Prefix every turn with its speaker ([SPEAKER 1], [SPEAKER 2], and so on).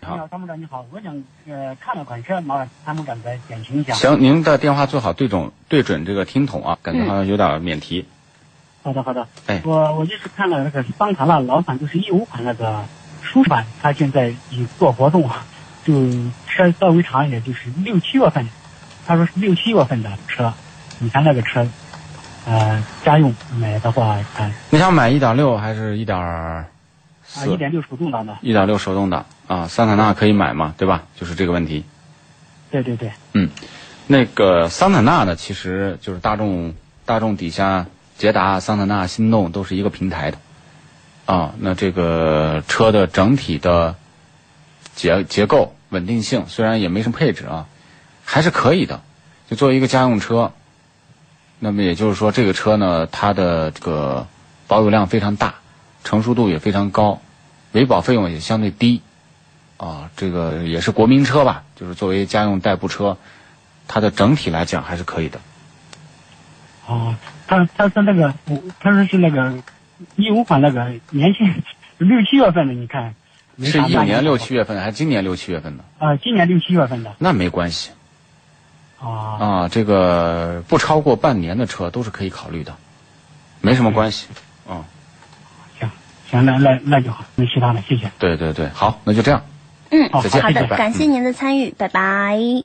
[SPEAKER 1] 你
[SPEAKER 2] 你
[SPEAKER 1] 好，
[SPEAKER 2] 好，参谋长你好，我想呃看了款车，麻烦参谋长再点评一下。
[SPEAKER 1] 行，您的电话最好对准对准这个听筒啊，感觉好像有点免提。
[SPEAKER 2] 好的好的，
[SPEAKER 1] 哎
[SPEAKER 2] 我我就是看了那个桑塔纳老款，就是一五款那个舒适版，它现在有做活动啊，就车稍微长一点，就是六七月份，他说是六七月份的车，你看那个车，呃，家用买的话，看
[SPEAKER 1] 你想买一点六还是一点
[SPEAKER 2] 啊
[SPEAKER 1] 四
[SPEAKER 2] 一？点六手动挡的，
[SPEAKER 1] 一点六手动挡啊，桑塔纳可以买吗？对吧？就是这个问题。
[SPEAKER 2] 对对对，
[SPEAKER 1] 那个桑塔纳呢，其实就是大众大众底下捷达、桑塔纳、心动都是一个平台的啊。那这个车的整体的结结构稳定性，虽然也没什么配置啊，还是可以的。就作为一个家用车，那么也就是说，这个车呢，它的这个保有量非常大，成熟度也非常高，维保费用也相对低啊。这个也是国民车吧，就是作为家用代步车。它的整体来讲还是可以的。
[SPEAKER 2] 哦，他他说那个，我他说是那个一五款那个年限六七月份的，你看，没
[SPEAKER 1] 是
[SPEAKER 2] 啥
[SPEAKER 1] 一
[SPEAKER 2] 大
[SPEAKER 1] 五年六七
[SPEAKER 2] 月
[SPEAKER 1] 月份，还是今年六七月份呢？
[SPEAKER 2] 啊、今年六七月份的
[SPEAKER 1] 那没关系
[SPEAKER 2] 啊、
[SPEAKER 1] 啊，这个不超过半年的车都是可以考虑的，没什么关
[SPEAKER 2] 嗯
[SPEAKER 1] 系。啊，
[SPEAKER 2] 行行，那那那就好，没其他的，谢谢。
[SPEAKER 1] 对对对，好，那就这样。
[SPEAKER 3] 嗯，
[SPEAKER 2] 好
[SPEAKER 3] 好
[SPEAKER 1] 再见
[SPEAKER 3] 的
[SPEAKER 1] 拜拜，
[SPEAKER 3] 感谢您的参与，拜拜。